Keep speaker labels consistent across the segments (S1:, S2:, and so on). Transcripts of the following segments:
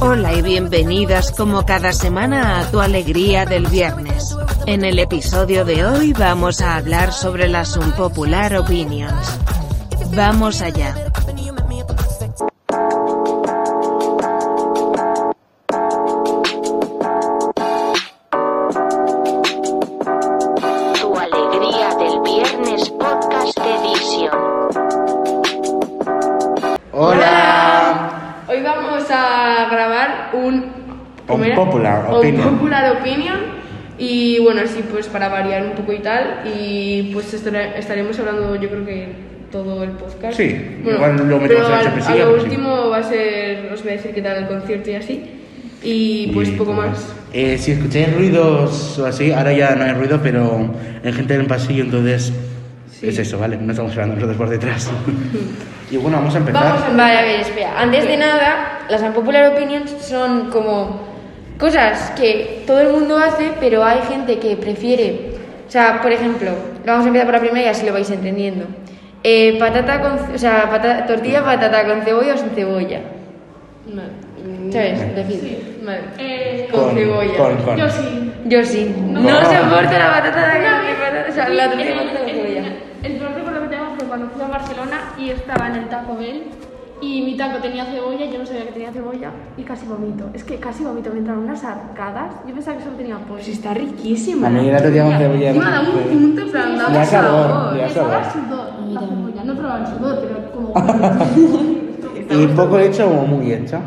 S1: Hola y bienvenidas como cada semana a Tu Alegría del Viernes. En el episodio de hoy vamos a hablar sobre las unpopular opinions. Vamos allá.
S2: Tu alegría del viernes podcast edición.
S3: Hola.
S4: Hoy vamos a grabar un... ¿cómo era?
S3: Unpopular
S4: Un
S3: opinion.
S4: popular opinion. Y bueno, así pues para variar un poco y tal. Y pues estar- estaremos hablando yo creo que todo el podcast.
S3: Sí, igual lo metemos
S4: pero
S3: en la
S4: al-
S3: champecilla,
S4: a lo
S3: pero sí.
S4: último va a ser, os voy a decir qué tal el concierto y así. Y pues poco
S3: pues,
S4: más.
S3: eh, si escucháis ruidos o así, ahora ya no hay ruido, pero hay gente en el pasillo, entonces
S4: Sí.
S3: es eso, ¿vale? No estamos hablando nosotros por detrás. y bueno, vamos a empezar.
S4: Vamos a-
S5: Vale, a ver, espera. Antes de nada, las unpopular opinions son como cosas que todo el mundo hace, pero hay gente que prefiere. O sea, por ejemplo, vamos a empezar por la primera y así lo vais entendiendo. Eh, patata con, o sea, patata- tortilla patata con cebolla o sin cebolla.
S4: Vale.
S5: ¿Sabes? Decir.
S4: Vale.
S6: Eh,
S4: con,
S3: Con-
S4: cebolla.
S3: con- con-
S6: yo sí.
S5: Yo sí. No,
S3: No.
S5: soporto la patata de
S6: Una
S5: la
S6: vez-
S5: patata, o sea, la
S6: en
S5: tortilla
S4: Eh,
S6: el-
S5: patata con
S6: en-
S5: cebolla.
S6: El peor recuerdo que tengo fue cuando fui a Barcelona y estaba en el Taco Bell y mi taco tenía cebolla, yo no sabía que tenía cebolla y casi vomito. Es que casi vomito, me entraron unas arcadas. Yo pensaba que solo tenía pollo.
S4: Pues está riquísima.
S3: A mí la tortilla con cebolla no
S4: Encima da
S3: se
S4: un
S3: puede.
S4: punto, en plan, da
S3: Le da
S4: un
S3: sabor,
S4: sabor.
S3: le da
S6: Me
S3: sabor.
S6: entraba sudor, la cebolla. No probaba el sudor, pero como...
S3: ¿Y poco hecho o muy hecho?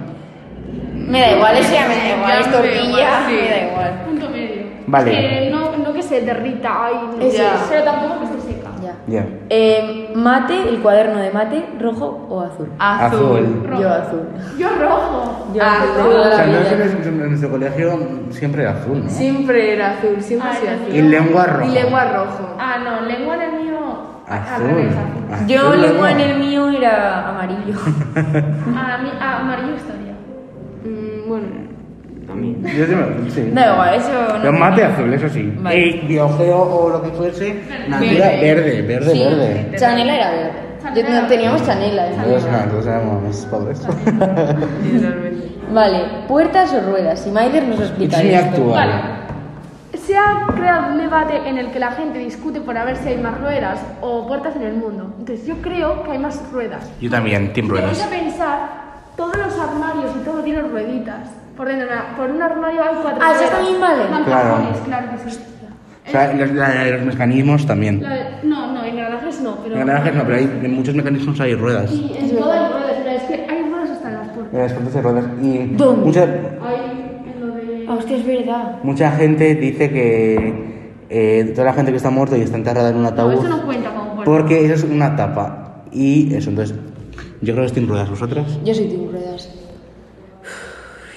S5: Me da igual, o sea, me da igual.
S4: Ya
S5: Es
S4: me da igual,
S5: tortilla,
S4: sí.
S5: me da igual.
S6: Punto medio.
S3: Vale.
S6: Eh, no, no que se derrita, ay, no,
S5: Eso
S6: ya.
S5: es.
S6: pero tampoco que se seca.
S5: Ya.
S3: Ya.
S5: Eh, mate, el cuaderno de mate, rojo o azul.
S3: Azul.
S6: Rojo.
S5: Yo azul.
S6: Yo rojo.
S5: Yo
S4: Ah,
S5: azul de
S4: no.
S5: toda
S3: O
S5: la
S3: sea, no
S5: vida.
S3: sé, en- en nuestro colegio siempre era azul, ¿no?
S4: Siempre era azul, siempre ha
S6: Ay,
S4: sido
S6: no.
S4: azul.
S3: Y lengua roja.
S4: Y lengua rojo.
S6: Ah, no, lengua en el mío. Al
S3: Azul.
S6: revés, azul.
S3: azul.
S5: Yo
S3: lengua.
S5: lengua en el mío era amarillo.
S6: A mí, a amarillo historia.
S4: Mm, bueno, también.
S3: Yo sí me- sí.
S5: Da igual, eso no.
S3: Los mate azul, eso sí.
S5: Vale.
S3: Y biogeo o lo que fuese, natura verde, verde,
S5: Sí,
S3: verde.
S5: Chanela era verde. Yo- no, teníamos chanela. es
S3: Nosotros
S5: verdad.
S3: no, nosotros éramos más pobres.
S4: Literalmente.
S5: Vale, puertas o ruedas. Y Maider nos
S3: It's
S5: explica
S3: me
S5: esto.
S3: actual.
S6: Se ha creado un debate en el que la gente discute por a ver si hay más ruedas o puertas en el mundo. Entonces yo creo que hay más ruedas.
S3: Yo también, Team
S6: Pero vais a
S3: Ruedas.
S6: pensar, todos los armarios y todo tiene rueditas. Por dentro, na- por un armario hay cuatro
S5: Ah, eso
S6: ruedas.
S5: también vale.
S3: Claro.
S6: Mancajones, claro que sí.
S3: O sea, los, la- los mecanismos también.
S6: La de- no, no, engranajes no, pero...
S3: Engranajes no, pero hay, en muchos mecanismos hay ruedas.
S6: Y en todo hay ruedas, pero es que hay ruedas hasta en las puertas.
S3: En las puertas hay ruedas. Y
S5: ¿Dónde?
S3: mucha,
S6: Hay en lo de...
S5: Ah, hostia, es verdad.
S3: mucha gente dice que eh, toda la gente que está muerta y está enterrada en un
S6: No,
S3: ataúd.
S6: eso no cuenta como puerta.
S3: porque eso es una tapa. Y eso, entonces, yo creo que es Team Ruedas. ¿Vosotros?
S5: Yo soy team ruedas.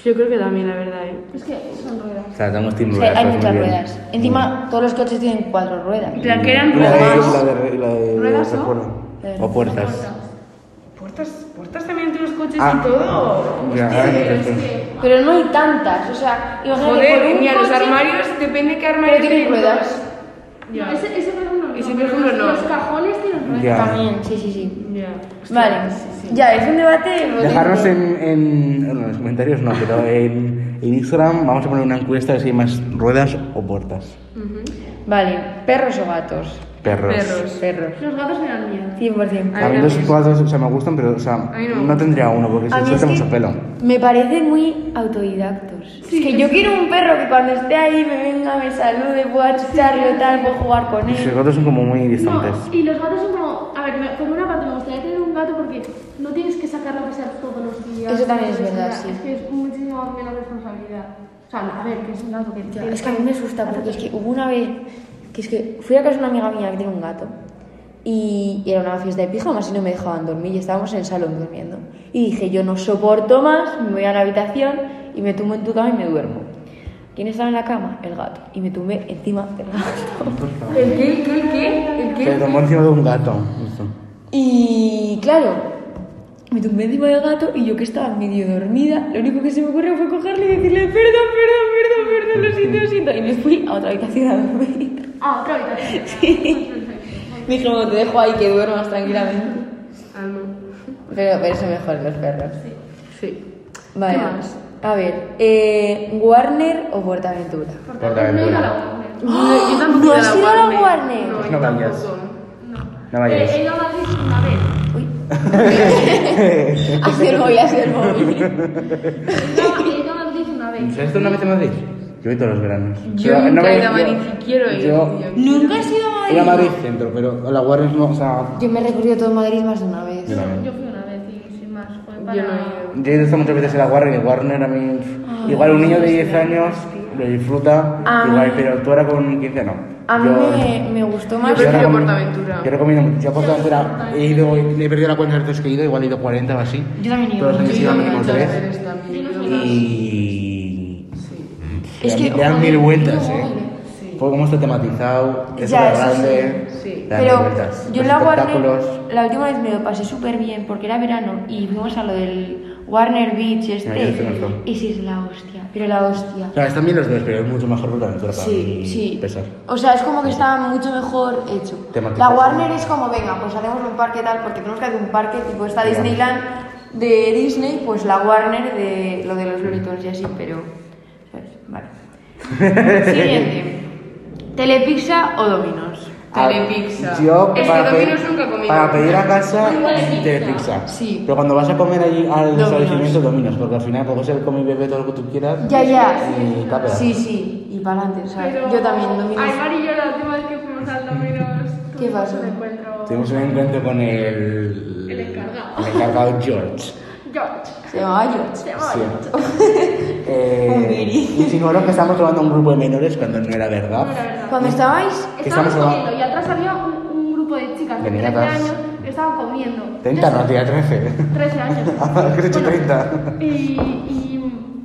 S4: Yo creo que también, la verdad, ¿eh?
S6: Es que son ruedas.
S3: O sea, estamos Team
S5: O sea,
S3: Ruedas. pues,
S5: hay
S3: muy
S5: muchas
S3: bien. Mm.
S5: ruedas. Encima, todos los coches tienen cuatro ruedas.
S4: En plan, que eran
S3: Y la de-
S4: ruedas.
S3: la de- la de-
S4: ¿Ruedas, no?
S3: recuerdo.
S5: Eh,
S3: O puertas.
S4: Puertas, puertas también entre los coches
S3: Ah.
S4: y todo.
S3: Ya,
S6: Pero es
S3: entonces-
S6: que-
S5: Pero no hay tantas. O sea, imagínate por
S4: Joder,
S5: un
S4: mira, los
S5: coche-
S4: armarios, depende qué armario
S5: Pero tienen ruedas.
S4: Ya.
S6: No, ese, ese por ejemplo no.
S4: Ese, por
S6: pero
S4: ejemplo, no.
S6: Los cajones tienen ruedas.
S3: Ya.
S5: También, sí, sí, sí.
S4: Ya. Hostia,
S5: Vale,
S4: sí, sí.
S5: ya, es un debate. potente.
S3: Dejarnos en, en, bueno, en los comentarios, no, pero en, en Instagram vamos a poner una encuesta de si hay más ruedas o puertas.
S5: Vale, perros o gatos.
S3: Perros.
S4: Perros.
S5: Perros.
S6: Los gatos me dan miedo.
S5: 100%.
S3: A mí los cuadros o sea, me gustan, pero o sea, no. tendría uno porque
S5: A
S3: se
S5: mí
S3: suelta
S5: es que
S3: mucho pelo.
S5: Me parecen muy autodidactos. es que yo quiero un perro que cuando esté ahí me venga, me salude, pueda charlo tal, puedo jugar con
S3: Los
S5: él.
S3: gatos son como muy
S6: No,
S3: distantes.
S6: y los gatos son como. A ver, me- por una parte me gustaría tener un gato porque no tienes que sacarlo a pasear todos los días.
S5: Eso también
S6: no
S5: es
S6: tienes
S5: verdad,
S6: nada.
S5: sí.
S6: Es que es muchísimo menos responsabilidad. O sea, a ver, que es un gato que.
S5: Ya,
S6: tienes
S5: es que a mí me asusta porque es que hubo una vez que es que fui a casa de una amiga mía que tiene un gato y era una fiesta de pijamas y no me dejaban dormir y estábamos en el salón durmiendo. Y dije, yo no soporto más, me voy a la habitación y me tumbo en tu cama y me duermo. ¿Quién estaba en la cama? El gato. Y me tumbé encima del gato.
S4: ¿El qué? ¿El qué? ¿El qué? ¿El
S3: Se
S4: qué?
S3: tomó encima de un gato. Eso.
S5: Y claro, me tumbé encima del gato y yo que estaba medio dormida, lo único que se me ocurrió fue cogerle y decirle, perdón, perdón, perdón, perdón, lo siento, lo siento. Y me fui a otra habitación a dormir.
S6: Ah, otra habitación.
S5: Me Dije, bueno, te dejo ahí que duermas tranquilamente.
S4: Ah, no.
S5: Pero, pero eso mejor los perros.
S4: Sí.
S5: Vale.
S4: ¿Qué más?
S5: A ver, eh, ¿Warner o PortAventura?
S3: Portaventura.
S6: No he ido a la Warner.
S4: yo tampoco
S5: ¿no
S4: he ido
S5: has
S4: a
S5: ido a
S4: la
S5: la
S4: Warner.
S5: Warner?
S4: No,
S3: Pues
S4: yo
S3: no vayas.
S4: tampoco.
S3: No vayas.
S6: Eh, He ido a Madrid una vez.
S5: Así el móvil, así el móvil.
S6: No, he ido a Madrid una vez.
S3: ¿Sabes tú una vez en Madrid? Yo voy todos los veranos.
S4: Yo
S3: Pero
S4: nunca he ido a
S3: yo-
S4: Madrid y quiero ir.
S3: Yo
S4: tío.
S5: ¿Nunca has ido a
S3: he ido a Madrid centro, pero a la Warner no, o sea...
S5: Yo me he recorrido todo Madrid más de una vez.
S3: Yo no.
S6: Yo fui una vez y sin más. Fue
S4: Yo
S6: para...
S4: no he ido.
S3: Yo he estado muchas veces en la Warner y Warner a mí... igual un niño de 10 años lo disfruta,
S5: Ah.
S3: igual, pero tú ahora con 15 no.
S5: A mí
S3: Yo-
S5: me, me gustó más.
S4: Yo prefiero
S3: recomiendo-
S4: Portaventura.
S3: Yo recomiendo mucho. Yo a Portaventura he ido, he perdido la cuenta de las veces que he ido, igual he ido 40 o así.
S5: Yo también he ido
S3: Todos los años
S4: Yo
S3: iba
S4: muchas
S3: mínimo tres.
S4: veces también.
S3: Y.
S5: Es
S3: le
S5: que,
S3: dan- le dan
S5: joder,
S3: mil vueltas,
S5: no,
S3: ¿eh?
S4: sí.
S3: Fue como está tematizado, es súper
S5: Ya, eso sí.
S3: grande.
S4: Sí.
S3: le dan mil vueltas.
S5: yo
S3: Los
S5: la
S3: espectáculos.
S5: Warner, la última vez me lo pasé súper bien porque era verano y fuimos a lo del Warner Beach
S3: No, yo estoy
S5: este.
S3: muerto.
S5: y sí, es la hostia, pero la hostia.
S3: O sea, están bien los dos, pero es mucho mejor Portaventura para
S5: Sí,
S3: mi
S5: sí.
S3: pesar.
S5: O sea, es como que está mucho mejor hecho. La
S3: Tematizado.
S5: Warner es como, venga, pues hacemos un parque tal, porque tenemos que hacer un parque tipo esta
S3: Ya.
S5: Disneyland de Disney, pues la Warner de lo de los Looney Tunes y así, pero... pues, ¿sabes? Vale. Siguiente. ¿Telepizza o Dominos?
S3: Ah,
S4: Telepizza.
S3: Yo
S4: Es que
S3: para,
S4: Domino's
S3: pedir-
S4: nunca he comido.
S3: para pedir a casa,
S6: Telepizza.
S3: telepizza.
S5: Sí.
S3: Pero cuando vas a comer allí al
S5: Domino's.
S3: establecimiento, dominos, porque al final puedes ser come y bebe todo lo que tú quieras.
S5: Ya, ya.
S3: Y tapa.
S5: Sí, sí. Y para adelante, o sea,
S6: Pero-
S5: yo también Dominos.
S6: Ay, Mari y yo la última vez que fuimos al Dominos
S5: ¿Qué
S6: tuvimos
S5: pasó?
S6: un encuentro.
S3: Tuvimos un encuentro con el.
S6: El encargado.
S3: el encargado George.
S6: George.
S5: Se llamaba George.
S6: Se llamaba
S3: Sí.
S6: George.
S5: Un
S3: Eh,
S5: guiri.
S3: insinuaron que estábamos tomando un grupo de menores cuando no era verdad.
S6: No era verdad.
S5: Cuando estabais...
S3: ¿Qué
S6: Estábamos
S3: estamos
S6: comiendo y atrás había un, un grupo de chicas de
S3: De
S6: 13
S3: niñatas.
S6: años que estaban comiendo.
S3: 30, no, tía, 13.
S6: 13 años.
S3: Ah, que he dicho
S6: Bueno,
S3: 30.
S6: Y, y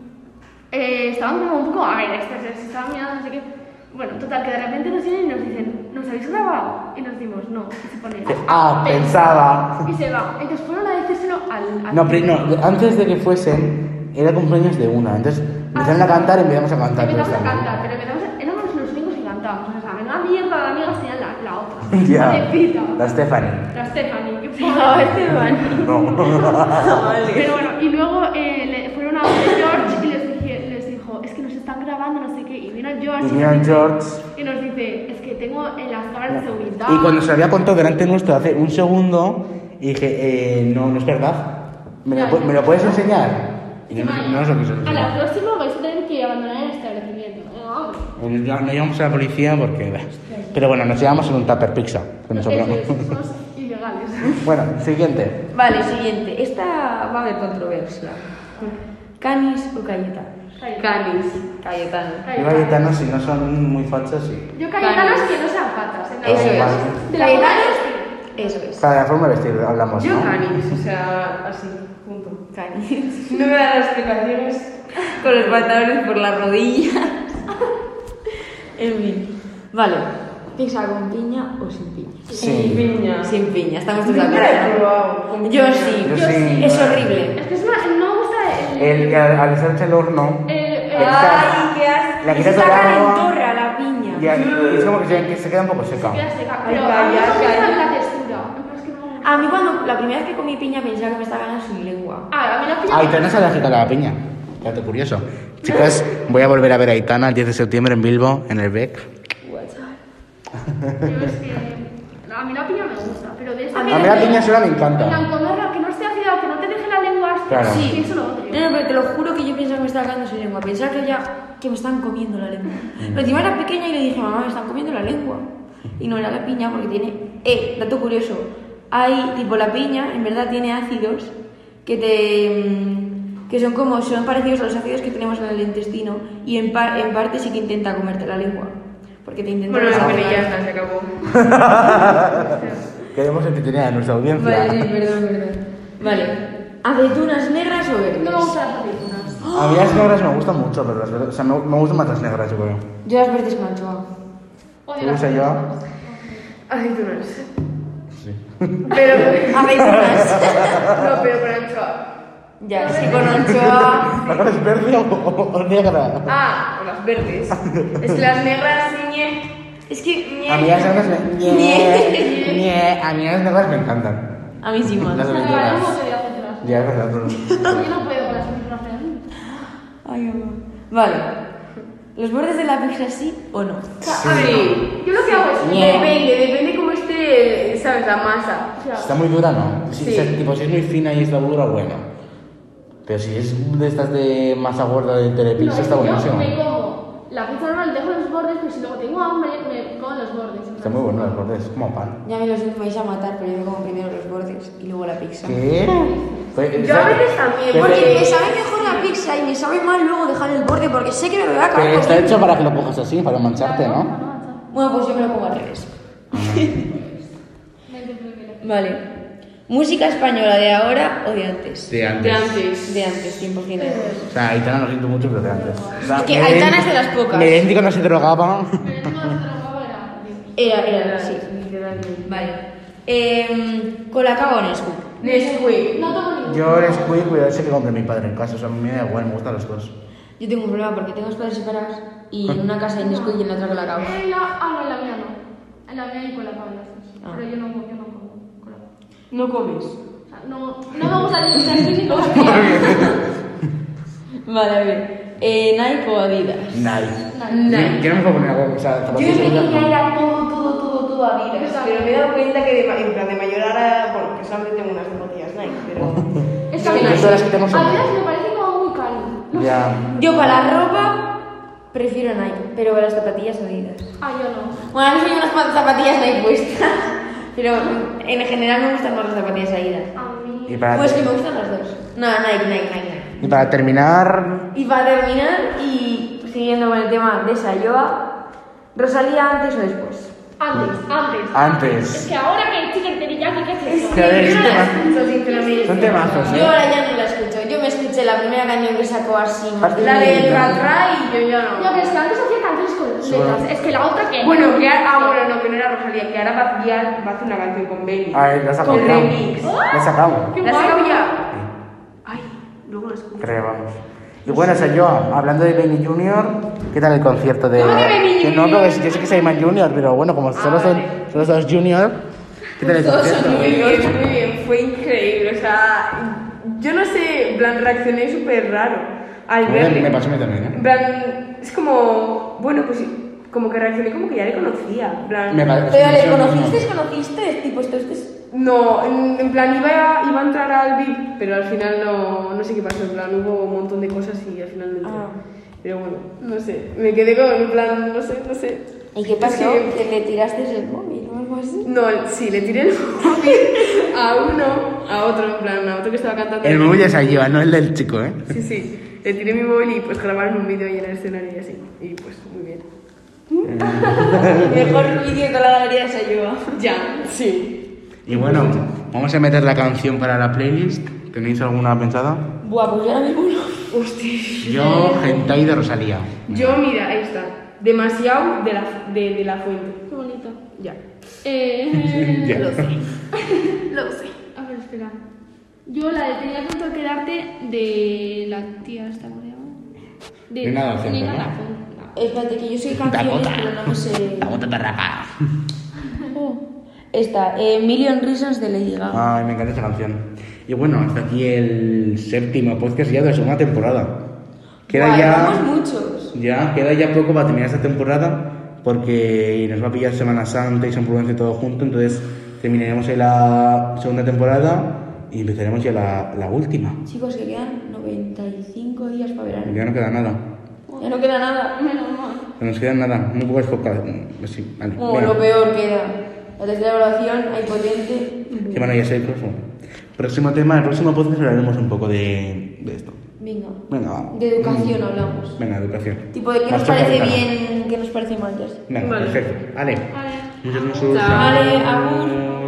S6: eh, estaban como un poco, a ver, este, este, se estaban mirando, así que, bueno, total, que de repente nos vienen y nos dicen, ¿nos habéis grabado? Y nos decimos, no, y se ponen,
S3: Ah, pensaba.
S6: Y se va. Entonces fueron a decírselo al... al
S3: No, pero no, antes de que fuesen, era cumpleaños de una. Entonces empezaron a cantar y empezamos a cantar.
S6: Empezamos a
S3: todos también.
S6: cantar, pero empezamos a- éramos los únicos que cantábamos, o sea, una mierda de amigas tenía la, la otra.
S3: Ya.
S6: La Pepita.
S3: La Stephanie.
S6: La Stephanie. que fue-
S5: No, este man.
S3: No.
S6: Pero bueno, y luego eh, le fueron a donde George y les, dije- les dijo, es que nos están grabando, no sé qué. Y vino George
S3: Y
S6: nos
S3: vino
S6: dice-
S3: George.
S6: y nos dice, es que tengo en las cámaras de seguridad.
S3: Y cuando se había contado delante nuestro hace un segundo, y dije, eh, no, no es verdad. ¿Me lo, pu- me lo puedes enseñar? Y no, no nos lo quiso
S6: A la
S3: enseñar.
S6: próxima vais a tener que abandonar el establecimiento. Eh, vamos.
S3: Pues No, no llamamos a la policía porque... bah. Pero bueno, nos llevamos en un tupper pizza. que nos sobró.
S6: Eso es, somos ilegales.
S3: bueno, siguiente.
S5: Vale, siguiente. Esta va a haber controversia. ¿Canis o Cayetano?
S6: Cayetano.
S5: Canis. Cayetano.
S3: Yo
S6: Cayetano.
S3: Cayetano, si no son muy fachas, sí.
S6: Yo Cayetanos que no sean patas. ¿eh? en la
S5: Eso
S6: vida.
S3: es.
S6: De la
S5: Cayetanos. Eso es.
S3: Para la forma de vestir hablamos,
S4: Yo
S3: ¿no?
S4: canis, o sea, así, punto.
S5: Canis.
S4: No me dan explicaciones.
S5: Con los pantalones por las rodillas. en fin. Vale. ¿Pizza con piña o sin piña?
S3: Sí.
S4: Piña.
S5: Sin piña, estamos todos de
S4: Nunca la he
S5: acuerdo.
S4: probado.
S5: ¿no?
S4: con
S5: Yo
S4: piña.
S5: sí.
S3: Yo
S6: Yo
S3: sí.
S6: sí.
S5: Es horrible.
S6: Es que es más, no me gusta el...
S3: El, al, al echarse el horno...
S5: Eh,
S6: el- el-
S3: le quitas-
S5: qué asco.
S3: La quitas
S5: Está
S3: del agua.
S5: calenturra la piña.
S3: y a- y es como que se, que se queda un poco seca.
S6: Queda seca,
S4: Ay,
S6: pero a
S4: calla,
S6: mí no me
S4: calla.
S6: gusta la textura. No, es que no me gusta.
S5: A mí cuando la primera vez que comí piña pensaba que me estaba ganando su lengua.
S6: Ah, a mí la piña.
S3: Aitana es alérgica a la piña. Dato curioso. Chicas, voy a volver a ver a Aitana el 10 de septiembre en Bilbo, en el E BEC.
S6: Yo es que- A mí la piña me gusta, pero de esa
S5: A
S6: que-
S3: A mí la piña sola me
S6: en
S3: encanta.
S6: plan, comerla, que no esté ácida, que no te deje la lengua ácida.
S3: Claro.
S6: Sí,
S5: Sí.
S6: eso lo odio.
S5: No, no, pero te lo juro que yo pensaba que me estaba ganando su lengua. Pensaba que ya que me estaban comiendo la lengua. Pero encima era pequeña y le dije, mamá, me están comiendo la lengua. Y no era la piña porque tiene... Eh, dato curioso. Hay, tipo, la piña en verdad tiene ácidos que te... mm, que son como... son parecidos a los ácidos que tenemos en el intestino y en, par- en parte sí que intenta comerte la lengua. Porque te intenta...
S4: Bueno,
S5: desahogar.
S4: la ya está, se acabó.
S3: Queremos entretener a nuestra audiencia.
S5: Vale, sí, perdón, perdón. Vale. ¿Aceitunas negras o verdes?
S6: No me gustan las aceitunas.
S3: A mí las negras me gustan mucho, pero las verdes. O sea, me, me gustan más las negras, yo creo.
S5: Yo las verdes con anchoa.
S6: Odio
S3: ¿Te
S6: las
S3: gusta
S6: aceitunas.
S3: yo?
S4: Aceitunas.
S3: Sí.
S4: Pero,
S5: Aceitunas.
S4: no, pero con anchoa.
S5: ya, sí, con anchoa.
S3: ¿Es verde o, o- o negra?
S4: Ah, con las verdes. Es que las negras, ñe.
S5: Es que.
S3: A mí las negras me. Ñe, ñe. A mí las negras me encantan.
S5: A mí sí,
S3: Las
S5: más.
S6: Me acabaré
S3: verduras.
S6: un bote de aceitunas.
S3: Ya, es verdad. pero-
S6: Yo no puedo con las aceitunas. ¿eh?
S5: Ay, mamá. Vale. ¿Los bordes de la pizza sí o no?
S4: A ver, yo lo que hago es, depende, depende cómo esté, ¿sabes? La masa.
S6: O sea,
S3: Está muy dura, ¿no? Si, o
S4: Sí.
S3: sea, tipo, si es muy fina y está muy dura, bueno. Pero si es de estas de masa gorda de
S6: no,
S3: telepizza,
S6: es
S3: está
S6: que
S3: buenísimo.
S6: yo me como la pizza normal, dejo los bordes, pero si luego tengo hambre, me como los bordes.
S3: Está muy bueno los bordes, es como pan.
S5: Ya me los me vais a matar, pero yo como primero los bordes y luego la pizza.
S3: ¿Qué? Pues,
S4: Yo
S3: o
S4: a
S3: sea,
S4: veces también,
S3: pero-
S5: Porque me sabe mejor la pizza y me sabe mal luego dejar el borde porque sé que me lo voy a acabar.
S3: Pero está
S5: comiendo.
S3: hecho para que lo cojas así, para mancharte, ¿no?
S5: Bueno, pues yo me lo pongo al revés. vale. ¿Música española de ahora o de antes?
S3: De
S4: De antes.
S5: De antes, 100% de antes.
S3: O sea, Aitana lo siento mucho, pero de antes. O sea,
S5: Es que
S3: Melendi-
S5: Aitana es de las pocas.
S3: Melendi cuando se drogaba.
S5: Era, era, sí.
S4: Literalmente.
S5: Vale. Eh, Colacao o Nesquik.
S4: Nesquik.
S6: No tomo ninguno.
S3: Yo les cuido, pero sé que compré mi padre en casa. O sea, a mí me da igual, me gustan los dos.
S5: Yo tengo un problema porque tengo los padres separados y en una casa hay Nesquik y en la otra Colacao.
S6: En la, ah, no, en la mía no. En la mía hay con la cabeza. Pero yo no, yo no como con la
S4: No comes.
S6: O sea, no, no me gusta el Nesquik ni con la cabeza.
S5: Vale, a ver. Eh, Nike o Adidas.
S3: Nice.
S4: Nice.
S3: Yo no me puedo poner algo, o sea,
S7: Yo
S3: zapatillas.
S7: desde niña era todo, todo, todo, todo Adidas, pero me he dado cuenta que de, ma- en plan de mayor ahora, bueno, que solamente tengo unas zapatillas Nike, pero...
S6: Es
S3: Sí,
S6: a mí-
S3: eso las que tenemos son
S6: a mí
S3: buenas.
S6: me parece como muy caro. No
S3: Ya.
S5: Yo para la ropa prefiero Nike, pero para las zapatillas Adidas.
S6: sé. Ah, yo no.
S5: Bueno, ahora soy unas cuantas zapatillas Nike puestas, pero en general me gustan más las zapatillas Adidas.
S6: A mí.
S3: Y para,
S5: Pues que me gustan las dos. No, Nike, Nike, Nike, Nike.
S3: y para terminar,
S5: Y para terminar, y siguiendo con el tema de Sayoa, ¿Rosalía antes o después?
S6: Antes, antes. Es
S3: antes.
S6: que ahora que chicken teriyaki, ¿qué es eso?
S3: Que a ver, es un
S4: Yo no
S3: tema-
S4: las escucho, sinceramente.
S3: Son temazos,
S5: Yo
S3: ¿eh?
S5: ahora ya no la escucho, yo me escuché la primera canción que sacó así.
S3: Has
S4: La del
S3: tenido-
S4: Ratra y yo ya
S6: No,
S4: no.
S6: pero es que antes hacía canciones con letras. Es que la otra que.
S4: Bueno, que ahora, ah, bueno, no, que no era Rosalía, que ahora va, ya va a hacer una canción con Benny.
S5: Ah,
S3: A ver, la sacamos.
S4: Con
S3: ya.
S4: remix.
S3: La sacamos.
S6: Qué
S4: ¿La has
S6: guay.
S4: sacado ya? Ay, luego lo escucho.
S3: Creo, vamos. Y bueno, Sayoa, hablando de Benny Junior, ¿qué tal el concierto de.?
S4: ¿Cómo que Benny
S3: Que no,
S4: Junior? Ah,
S3: que yo sé que es Ayman Junior, pero bueno, como solo son,
S4: vale.
S3: solo son Junior, ¿qué tal el concierto?
S4: Muy bien, muy bien, fue increíble. O sea, yo no sé, en plan, reaccioné súper raro al verle.
S3: Me pasó a mí también, ¿eh?
S4: En plan, es como, bueno, pues como que reaccioné como que ya le conocía. En plan,
S3: Me pa-
S5: Pero le
S3: no, no, no.
S5: conociste, conociste, tipo, esto, esto es...
S4: no, en, en plan iba a, iba a entrar al VIP, pero al final no, no sé qué pasó. En plan, hubo un montón de cosas y al final no entré.
S5: Ah.
S4: Pero bueno, no sé, me quedé con, en plan, no sé, no sé.
S5: ¿Y qué pasó?
S4: Es que-
S5: ¿Que le tiraste el móvil o algo así?
S4: no, sí, le tiré el móvil a uno, a otro, en plan, a otro que estaba cantando.
S3: El móvil de Sayoa, no el del chico, ¿eh?
S4: Sí, sí. Le tiré mi móvil y pues grabaron un vídeo ahí en el escenario y así. Y pues muy bien.
S5: Mejor vídeo con la galería de Sayoa.
S4: Ya, sí.
S3: Y bueno, vamos a meter la canción para la playlist. ¿Tenéis alguna pensada?
S5: Buah, pues yo ahora mismo no.
S4: Hostia.
S3: Yo, Gentai de Rosalía.
S4: Yo, mira, ahí está. Demasiado de la, de, de la fuente.
S6: Qué bonito.
S4: Ya.
S6: Eh,
S3: Ya.
S6: Lo sé. Lo sé. A ver, espera. Yo la de tenía que quedarte de la tía esta coreana.
S3: Nina Lacente,
S6: Nina
S3: ¿no?
S6: Lacente, no.
S5: Espérate, que yo soy canciones, pero no me sé.
S3: Dakota Tarraga.
S5: Esta, eh, Million Reasons de Lady Gaga.
S3: Ay, me encanta esa canción. Y bueno, hasta aquí el séptimo podcast ya de la segunda temporada. Queda
S5: Buah,
S3: ya.
S5: llevamos muchos.
S3: Ya, queda ya poco para terminar esta temporada porque nos va a pillar Semana Santa y San Prudencio todo junto, entonces terminaremos en la segunda temporada y empezaremos ya la, la última.
S5: Chicos, que quedan 95 días para verano.
S3: Ya no queda nada.
S5: Ya no queda nada.
S6: Menos mal.
S3: No nos queda nada. No puedes focar. mm, Sí, vale.
S5: Bueno,
S3: venga.
S5: Oh, lo peor queda. La tercera evaluación, hay potente.
S3: Que van a ir a ser el próximo. Próximo tema, el próximo podcast hablaremos un poco de, de esto.
S5: Venga.
S3: Venga, va. Mm.
S5: De educación hablamos.
S3: Venga, educación.
S5: Tipo, de qué nos
S3: Marcha
S5: parece
S3: africana.
S5: bien, qué nos parece mal, ya está.
S3: Venga,
S4: Vale.
S3: perfecto. Vale.
S6: Vale.
S3: Muchas gracias.
S5: Vale, agur.